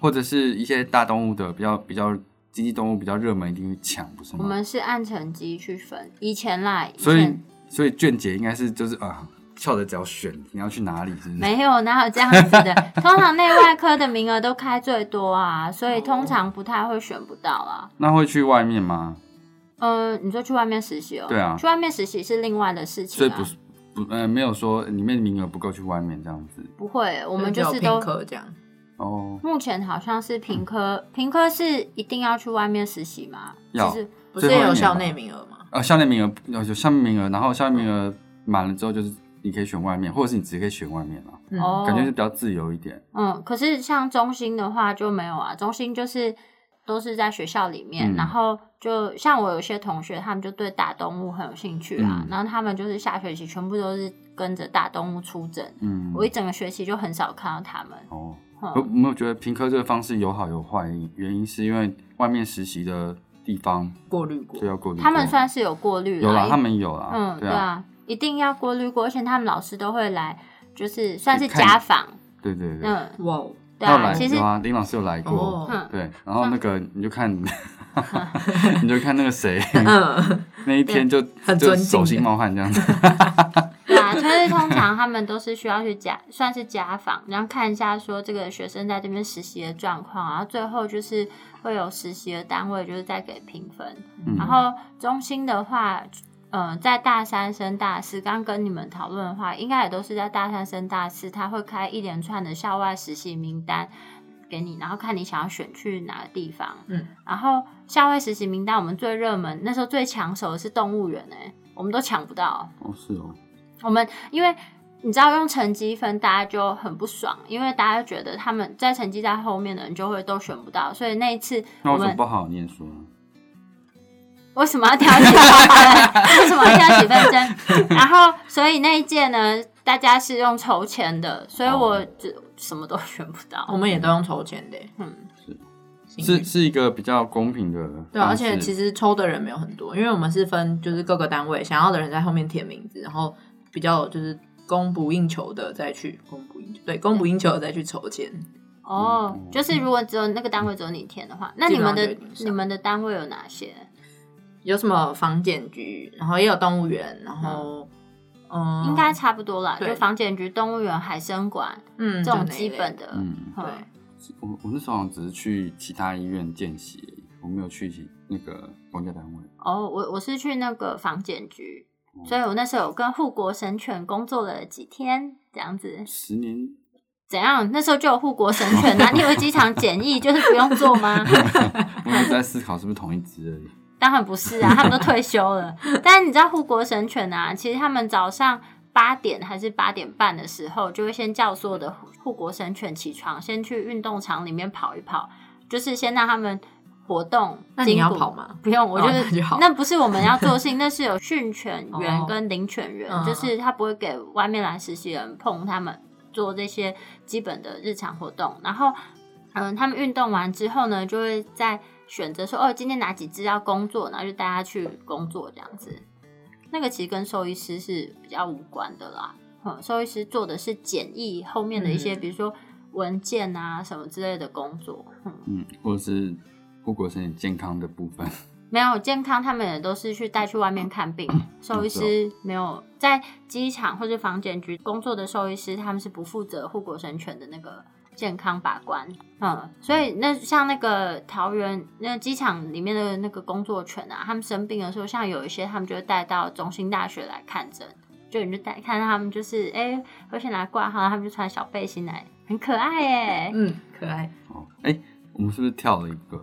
或者是一些大动物的比较比较经济动物比较热门，一定会抢，不是
我
吗？
们是按成绩去分，以前啦，以
所以
前
所以卷姐应该是就是啊，翘着脚选你要去哪里，是不是？
没有哪有这样 子的，通常内外科的名额都开最多啊，所
哦
以通常不太会选不到啊。
那会去外面吗？
呃，你说去外面实习哦？
对啊
去外面实习是另外的事
所
情
以
啊，
不是不呃没有说里面名额不够去外面这样子
不会，我
我
们就是
拼
都
科这样，
哦。
目前好像是平科，平科是一定要去外面实习吗？
要
就是
不是
最后一
有
年
校
吧
内名额吗？
呃呃，校内名额有有校内名额，然后校内名额满了之后就是一你可以选外面，或者是你直接可以选外面啊，
嗯
哦
感觉是比较自由一点。
嗯，可是像中心的话就没有啊，中心就是都是在学校里面，
嗯
然后就像我有些同学，他们就对大动物很有兴趣啊，
嗯
然后他们就是下学期全部都是跟着大动物出诊，
嗯，
我一整个学期就很少看到他们。
哦，我
嗯
没有觉得评科这个方式有好有坏，原因是因为外面实习的地方
过滤过
就。要过滤过，
他们算是有过滤
有
啦
啦，
一
他们有啦，
嗯，
对
对
啊，
啊，一定要过滤过，而且他们老师都会来，就是算是
看
家访，
对对对，
嗯，
哇哦，
对
他有
啊，
来
其实
有啊，林老师有来过，
哦，
嗯，
对，然后那个你就 看， 你就看那个谁
嗯，
那一天就
很
就
尊敬
手心冒汗这样子，
对啊，就是通常他们都是需要去家，算是家访，然后看一下说这个学生在这边实习的状况，然后最后就是会有实习的单位就是再给评分。
嗯
然后中心的话，呃，在大三升大四，刚跟你们讨论的话，应该也都是在大三升大四，他会开一连串的校外实习名单给你，然后看你想要选去哪个地方。
嗯，
然后校外实习名单我们最热门，那时候最抢手的是动物园诶、欸我们都抢不到。
哦是哦，
我们因为你知道用成绩分，大家就很不爽，因为大家觉得他们在成绩在后面的人就会都选不到，所以那一次
那
我
为什么
们
不好好念书呢？
为什么要挑起纷争？为 什么要挑起纷争？然后所以那一届呢，大家是用筹钱的，所以
哦
我只什么都选不到。
我们也都用抽签的耶，
嗯，
幸运
是是一个比较公平的方式，
对啊，而且其实抽的人没有很多，因为我们是分就是各个单位想要的人在后面填名字，然后比较就是供不应求的再去供不应求，对，供不应求的再去筹签。
哦
嗯，
就是如果只有那个单位只有你填的话，那你们
基
的
本上就已经上
你们的单位有哪些？
有什么房检局，然后也有动物园，然后嗯，
应该差不多啦，
对
就房检局、动物园、海参馆
嗯
这种基本
的
的。
嗯，
嗯
对，
我我那时候好像只是去其他医院见习而已，我没有去那个公家单位。
哦，我我是去那个房检局，所以我那时候有跟护国神犬工作了几天，这样子。
十年，
怎样？那时候就有护国神犬啊，你以为机场检疫就是不用做吗？
我一直在思考是不是同一只而已。
当然不是啊，他们都退休了。但是你知道护国神犬啊，其实他们早上八点还是八点半的时候，就会先叫所有的护护国神犬起床，先去运动场里面跑一跑，就是先让他们活动。
那你要
筋骨
跑吗？
不用，我
哦
就是、
那就好
那不是我们要做的 事情，那是有训犬员
哦
跟领犬员，
嗯
就是他不会给外面来实习人碰他们做这些基本的日常活动。然后，嗯，他们运动完之后呢，就会再选择说，哦，今天哪几只要工作，然后就带他去工作这样子。那个其实跟兽医师是比较无关的啦。嗯，兽医师做的是检疫后面的一些，
嗯
比如说文件啊什么之类的工作。嗯，
嗯，或者是护国神健康的部分。
没有健康，他们也都是去带去外面看病。
嗯
兽医
是
师没有在机场或者房检局工作的兽医师，他们是不负责护国神犬的那个健康把关。嗯，所以那像那个桃园那机场里面的那个工作犬啊，他们生病的时候，像有一些他们就会带到中兴大学来看诊，就你就带看到他们就是哎，而且来挂号，他们就穿小背心来，很可爱耶。
嗯，可爱。
哦，哎、我们是不是跳了一个？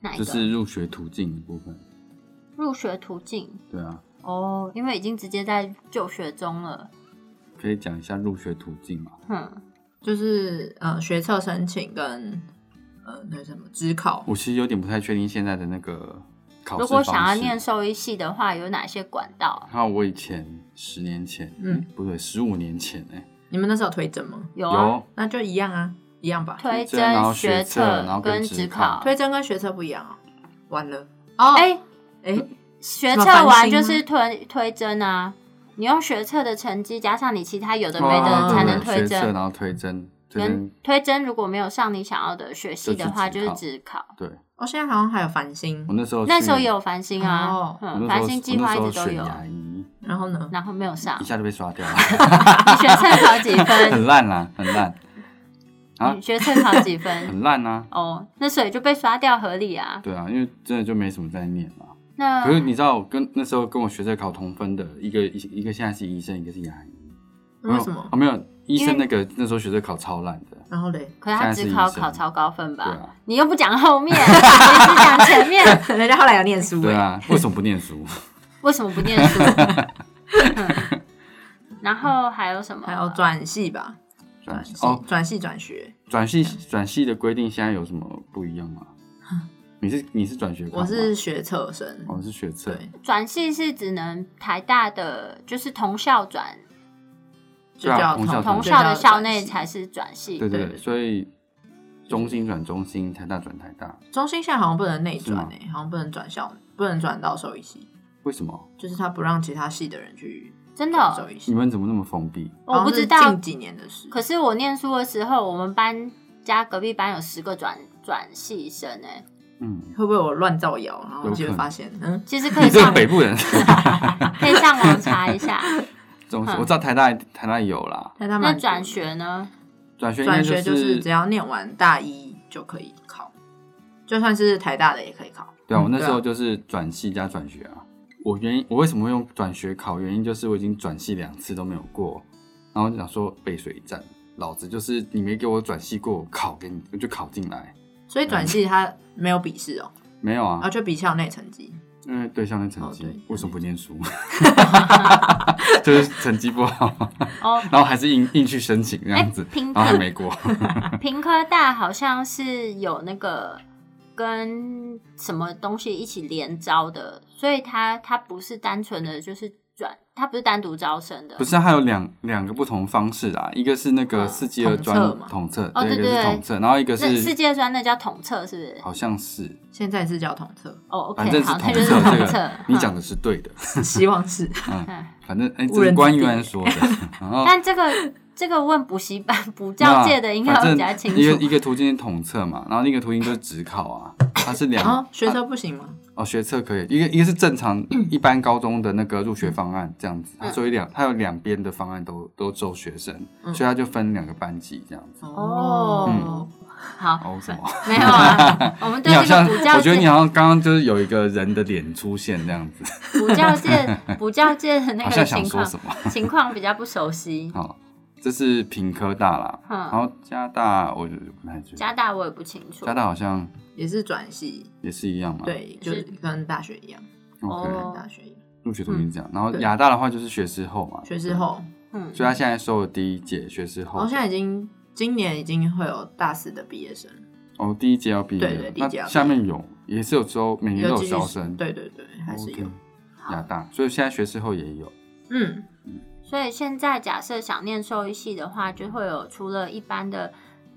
哪一
就
个？
是入学途径的部分。
入学途径
对啊，
哦，因为已经直接在就学中了。
可以讲一下入学途径嘛？
嗯，
就是呃，学测申请跟呃那什么职考，
我其实有点不太确定现在的那个考试
如果想要念，兽医系的话，有哪些管道？
还有我以前十年前，
嗯，
不对，十五年前哎、
你们那时候有推甄吗？
有啊，
有
那就一样啊，一样吧。
推
推
甄然后
甄、
学测然
测
后跟
跟
职
职
考
考。
推甄跟学测不一样哦，完了哦，
哎、
哎，
学
什么
测
繁
完
星
就
吗
是推推甄啊，你用学测的成绩加上你其他有的没
哦
嗯
的
对
才
对
能推
学测
甄。
然后推甄，推
跟
甄
推甄如果没有上你想要的学系
就
的
去
话，
职
就是
考
职考。
对。
哦，现在好像还有繁星
我，那时候
那时候
去
也有繁星啊，
哦
我那
嗯，
时
繁
候
星
我
计
那
划
时
一
候
直都
选
有，
牙医，
然后呢？
然后没有上
一。下就被刷掉了，
你学测考几
很
分？
烂啦，很烂， 啊
你学测考几分？
很烂啊。
哦，那所以就被刷掉合理啊。
对啊，因为真的就没什么在念嘛。
那
可是你知道，我跟那时候跟我学测考同分的一个一一个现在是医生，一个是牙医。
为什么
啊？？没有医
因
生那
为
个那时候学测考超烂 的。
然后嘞，
可是他
现在
只
是
考
医生
考超高分吧？
对啊
你又不讲后 面，你只讲前面，
人家后来有念书
哦对啊
哎，
啊，为什么不念书？
为什么不念书？嗯然后还有什么？
还有转系吧，
转
系
哦，
转系转学，
转系转系的规定现在有什么不一样 吗？你是你是转学考吗？哦
我是学测生，
我是学测，
对，
转系是只能台大的，就是同校转，
就
对啊
叫
同校
同
就
校的校
转
内
系
才是转系。
对对
对
对，所以中心转中心，台大转台大，
中心现在好像不能内转
是
诶、好像不能转校，不能转到兽医系，
为什么？
就是他不让其他系的人去
真的
转
哦、
兽医
啊你
系。
们怎么那么封闭？
我不知
好像是
道
近。几年的事，
可是我念书的时候，我们班加隔壁班有十个转转系生哎、
嗯，
会不会我乱造谣，然后
有可
就会
能
发现，嗯，
其实可
你
以
这个
上
北部 人，
可以上网查一下。
中
嗯
我知道台大台大有啦，
但他
那
们
转学呢？
转学应该
转学就是只要念完大一就可以考，就算是台大的也可以考。
对啊，
嗯
我那时
对啊
候就是转系加转学啊。我原因我为什么会用转学考？原因就是我已经转系两次都没有过，然后就想说背水一战，老子就是你没给我转系过，我考给你，我就考进来。
所以转系它没有笔试哦，
没有
啊，
啊，
就比校内成绩。
因为嗯对象的成绩
哦对
为什么不念 书？就是成绩不好，
哦，
然后还是硬硬去申请这
哎、
样子，
平
然哦后还
科
没 过。
平科大好像是有那个跟什么东西一起连招的，所以它它不是单纯的就是转，它不是单独招生的，
不是，它有两两个不同方式啊，一个是那个
嗯
四级的专
统测嘛
统测，
哦
对，一
对
个是
对
统测，然后一个
那嗯世
是
界专那叫统测是不是？
好像是，
现在是叫统测，
哦，OK，
反正
好，
统
那就是
测这
统测
个。你
嗯
讲的是对的，
希望是。
嗯
反正哎，
误
这是
人子
官
弟
员说的，然后
但这个这个问补习班补 教界的应该
反
会
正
比较清
一个一
楚。
个途径是统测嘛，然后另一个途径就是职考啊，它是
哦
两
啊，学车不行吗？
哦，学测可以，一个一个是正常
嗯
一般高中的那个入学方案这样子，它所以两它有两边的方案都都收学生，
嗯
所以它就分两个班级这样子。
哦，好，
哦，什么？
没有啊，我们
嗯 你
对
好
这
像，
个补教
我觉得你
界
好像刚刚就是有一个人的脸出现这样子，
补教 界补教界的那
好
个
像想
情
说
况
什么。
情况比较不熟悉。
好，这是平科大啦，然
嗯，
后加大我就不太觉得，
加大我也不清楚
加。大好像
也是转系，
也是一样嘛。
对，就是跟大学一样，
，OK，
哦
跟大学一样。
入学途径是这样。然后
对
亚大的话就是学士后嘛，
学士后，
嗯
对，，所以他现在收了第一届学士后的。
哦
然后现在已经今年已经会有大四的毕业生，
哦，第一届要毕业了，
对对第一届要
那
毕业
下面有也是有招，每年都有
继续
招生，
对对对，还是有
OK，。亚大，所以现在学士后也有，
嗯，
所以现在假设想念兽医系的话，就会有除了一般的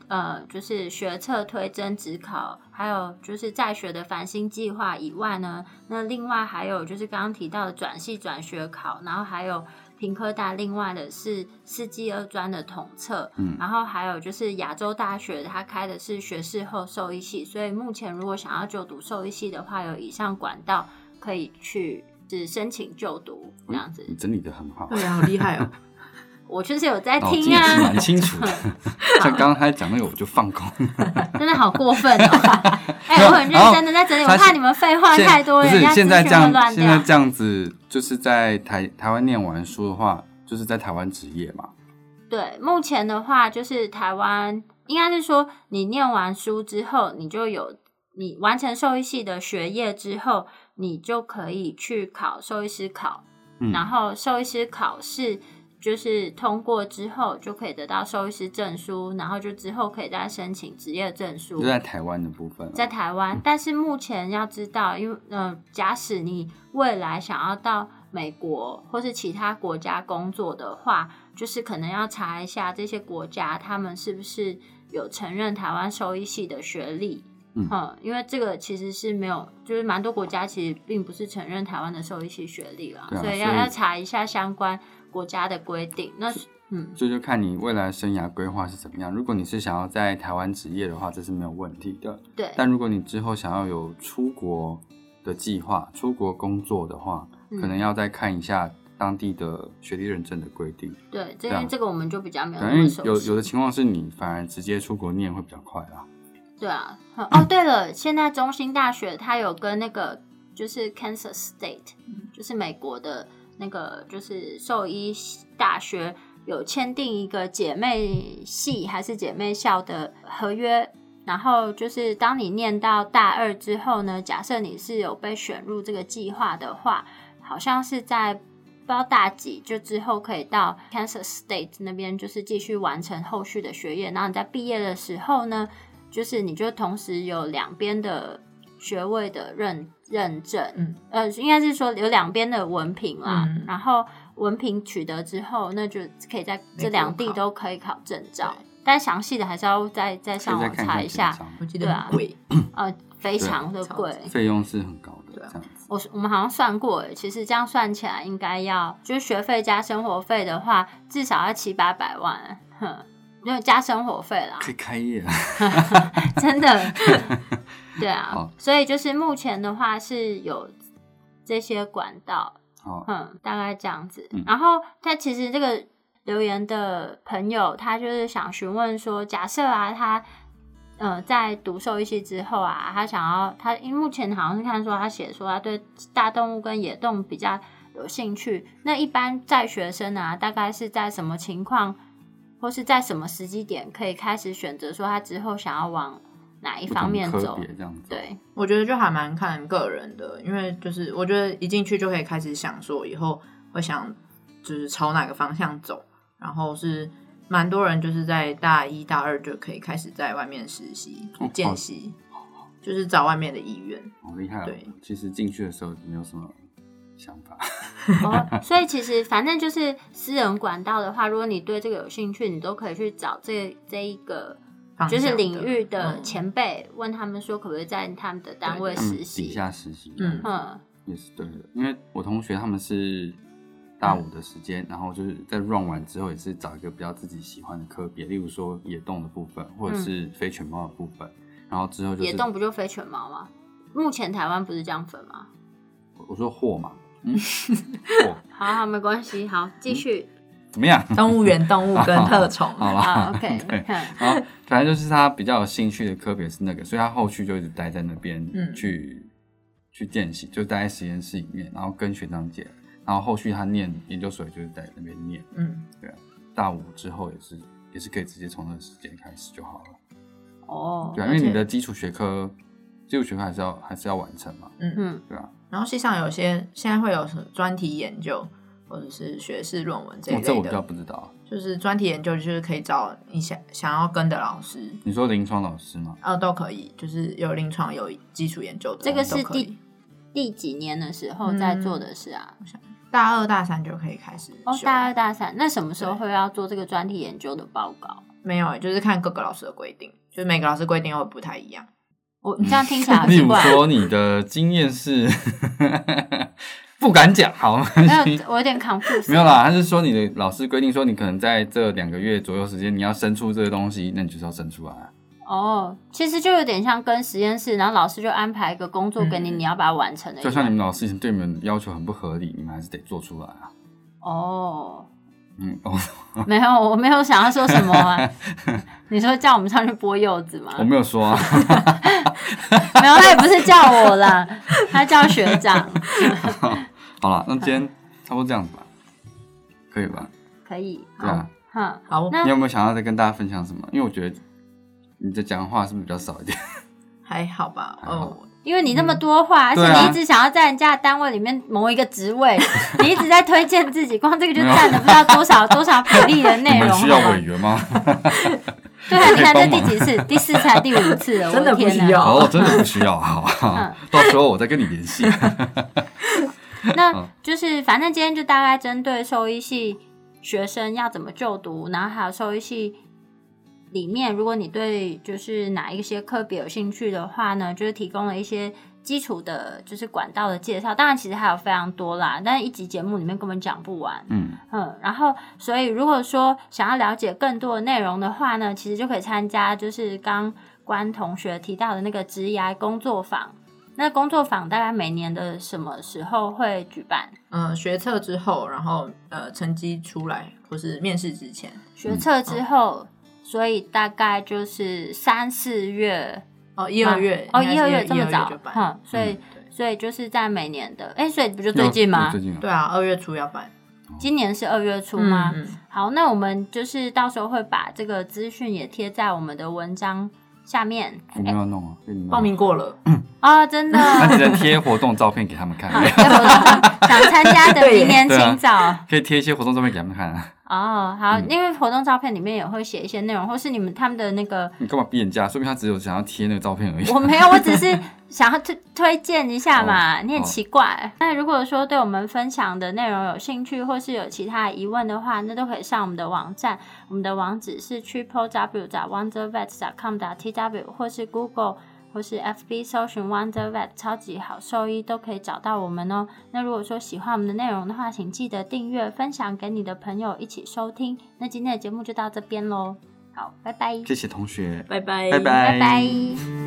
呃，就是学测推甄职考，还有就是在学的繁星计划以外呢，那另外还有就是刚刚提到的转系转学考，然后还有平科大另外的是四技二专的统测，
嗯
然后还有就是亚洲大学它开的是学士后兽医系，所以目前如果想要就读兽医系的话，有以上管道可以去。只申请就读这样子，
你哎整理的很好，
对啊，好厉害哦。
我就是有在
脑筋
听
也是
啊，
蛮清 楚的。像刚刚他讲啊那个，我就放空。
真的好过分 哦！哎、我很认真的在整理，
然后
我怕你们废话
现
太多，
不
人
是
家资
现在这
讯会
样，
乱
现在
掉。
这样子，就是在台台湾念完书的话，就是在台湾职业嘛。
对，目前的话就是台湾，应该是说你念完书之后，你就有你完成兽医系的学业之后，你就可以去考兽医师考，
嗯，
然后兽医师考试。就是通过之后就可以得到兽医师证书，然后就之后可以再申请职业证书。
就在台湾的部分啊，
在台湾，但是目前要知道，因为呃，假使你未来想要到美国或是其他国家工作的话，就是可能要查一下这些国家他们是不是有承认台湾兽医系的学历。
嗯
因为这个其实是没有，就是蛮多国家其实并不是承认台湾的兽医系学历啦，
对啊
所以要
所以
要查一下相关国家的规定。那嗯，
所以就看你未来生涯规划是怎么样。如果你是想要在台湾职业的话，这是没有问题的。
对，
但如果你之后想要有出国的计划、出国工作的话，
嗯
可能要再看一下当地的学历认证的规定。
对，这
对啊
边这个我们就比较没有
对
那
因
么
为
嗯熟
有
悉
有的情况是你反而直接出国念会比较快啦。
对啊，嗯哦，对了，现在中兴大学它有跟那个就是 Kansas State，就是美国的那个就是兽医大学有签订一个姐妹系还是姐妹校的合约。然后就是，当你念到大二之后呢，假设你是有被选入这个计划的话，好像是在不知道大几就之后可以到 Kansas State 那边，就是继续完成后续的学业。然后你在毕业的时候呢，就是你就同时有两边的学位的认认证，
嗯
呃，应该是说有两边的文凭啦。
嗯
然后文凭取得之后，那就可以在这两地
美国考
都可以考证照。但详细的还是要再再
可以
上
再
网
看
查
一
一
下
下
纸，张，
我记得
对啊
很贵，
呃，非常的
超
贵。
级
费用是很高的
对啊
这样子。
我我们好像算过耶，其实这样算起来应该要，就是学费加生活费的话，至少要七八百万，哼，因为加生活费 啦，
可以开业啊，
真的，对啊
好，
所以就是目前的话是有这些管道，
好，
哼，嗯大概这样子。
嗯
然后他其实这个留言的朋友，他就是想询问说，假设啊，他呃在读兽医系之后啊，他想要他因为目前好像是看说他写说他对大动物跟野动物比较有兴趣，那一般在学生啊，大概是在什么情况？或是在什么时机点可以开始选择说他之后想要往哪 一
不
方
同
面
科
走？
别这样子，
对，
我觉得就还蛮看个人的，因为就是我觉得一进去就可以开始想说以后会想就是朝哪个方向走，然后是蛮多人就是在大一大二就可以开始在外面实习
哦
见习，就是找外面的医院。
好厉害哦
对！
其实进去的时候没有什么想法，
哦，所以其实反正就是私人管道的话，如果你对这个有兴趣，你都可以去找这这一个
方
就
向
是
的
领域的
嗯
前辈，问他们说可不可以在他们的单位
他们
实
嗯底
习。
下实习，
嗯
嗯，
也是对的，因为我同学他们是大五的时间，然后就是在 run 完之后，也是找一个比较自己喜欢的科别，例如说野动的部分，或者是非犬猫的部分，然后之后就是
嗯野动不就非犬猫吗？目前台湾不是这样分吗？
我我说货嘛， 嗯，货
好好，没关系，好，
嗯
继续。
怎么样？
动物园、动物 跟特宠啊
好
好
啦
，OK，
啊对，
嗯
然后反正就是他比较有兴趣的科别是那个，所以他后续就一直待在那边
嗯
去、去见习，就待在实验室里面，然后跟学长姐，然后后续他念研究所也就是在那边念，
嗯，
大五之后也是也是可以直接从那个时间开始就好了，
哦，
对啊，因为你的基础学科基础学科还是要还是要完成嘛，
嗯，
对啊，
然后系上有些现在会有什么专题研究或者是学士论文这一
哦、这
类
我比较
的，
不知道，
就是专题研究就是可以找你想想要跟的老师，
你说临床老师吗？
呃，都可以，就是有临床有基础研究的，
这个是
都可以
第第几年的时候在做的事啊？
大二大三就可以开始
嗯
哦，
修
大二大三，那什么时候
对
会要做这个专题研究的报告？
没有欸，就是看各个老师的规定，就是每个老师规定会不太一样。
我你这样听起来好
例
奇
如
怪。
说 你的经验是 不敢讲，好，没
没有，我有点 confused。
没有啦，他是说你的老师规定说你可能在这两个月左右时间你要生出这个东西，那你就是要生出来啊。
哦，其实就有点像跟实验室，然后老师就安排一个工作给你，
嗯
你要把它完成的一
就
样。
像你们老师以前对你们要求很不合理，你们还是得做出来啊。
哦，
嗯，哦，
没有，我没有想要说什 么啊。你说叫我们上去剥柚子吗？
我没有说啊，
没有，他也不是叫我啦，他叫学长，
好啦，那今天差不多这样子吧，可以吧？
可以。
对啊，
哼，
好，
那
你有没有想要再跟大家分享什么？因为我觉得你的讲话是不是比较少一点？
还好吧，
还好
哦，
因为你那么多话，而
对
且
啊
你一直想要在人家的单位里面某一个职位，你一直在推荐自己，光这个就
没有
占了不知道多少多少比例的
你
内容。
们 需要
好吗
委员 吗？
对啊，你看
可
这
以帮
第
忙
几次？第四次还是第五次 了？我
真的不
天
需
哪
要
哦，真的不需要，好，好
嗯
到时候我再跟你联系。
那就是反正今天就大概针对兽医系学生要怎么就读，然后还有兽医系里面，如果你对就是哪一些科别有兴趣的话呢，就是提供了一些基础的，就是管道的介绍。当然，其实还有非常多啦，但是一集节目里面根本讲不完。
嗯，
嗯，然后所以如果说想要了解更多的内容的话呢，其实就可以参加就是刚关同学提到的那个职涯工作坊。那工作坊大概每年的什么时候会举办？
嗯，学测之后，然后呃，成绩出来或是面试之前，
学测之
哦
后，所以大概就是三四月
哦，一二月，
哦，
应该
一
是
二
月
月这么
一二
早
就，办，
嗯，所以
嗯
对嗯
所以就是在每年的，哎，所以不就最近
有
吗
最？近啊，
对啊，二月初要办，
今年是二月初吗？
嗯嗯
好，那我们就是到时候会把这个资讯也贴在我们的文章下面。
嗯
哎
我们要弄啊，跟你们
报名过了，
哦，真的，
那只能贴活动照片给他们 看，
想参加的明年
对耶
请早。
可以贴一些活动照片给他们看啊。
哦，好，
嗯
因为活动照片里面也会写一些内容，或是你们他们的那个，
你干嘛逼人家？说明他只有想要贴那个照片 而已。
我没有，我只是想要推推荐一下嘛，
哦
你很奇怪。那如果说对我们分享的内容有兴趣，或是有其他疑问的话，那都可以上我们的网站，我们的网址是 triple w wondervet com t w 或是 Google。或是 FB 搜寻 Wonder Vet 超级好兽医都可以找到我们哦。那如果说喜欢我们的内容的话，请记得订阅、分享给你的朋友一起收听。那今天的节目就到这边喽，好，拜拜，
谢谢同学，
拜拜，
拜拜
哎拜拜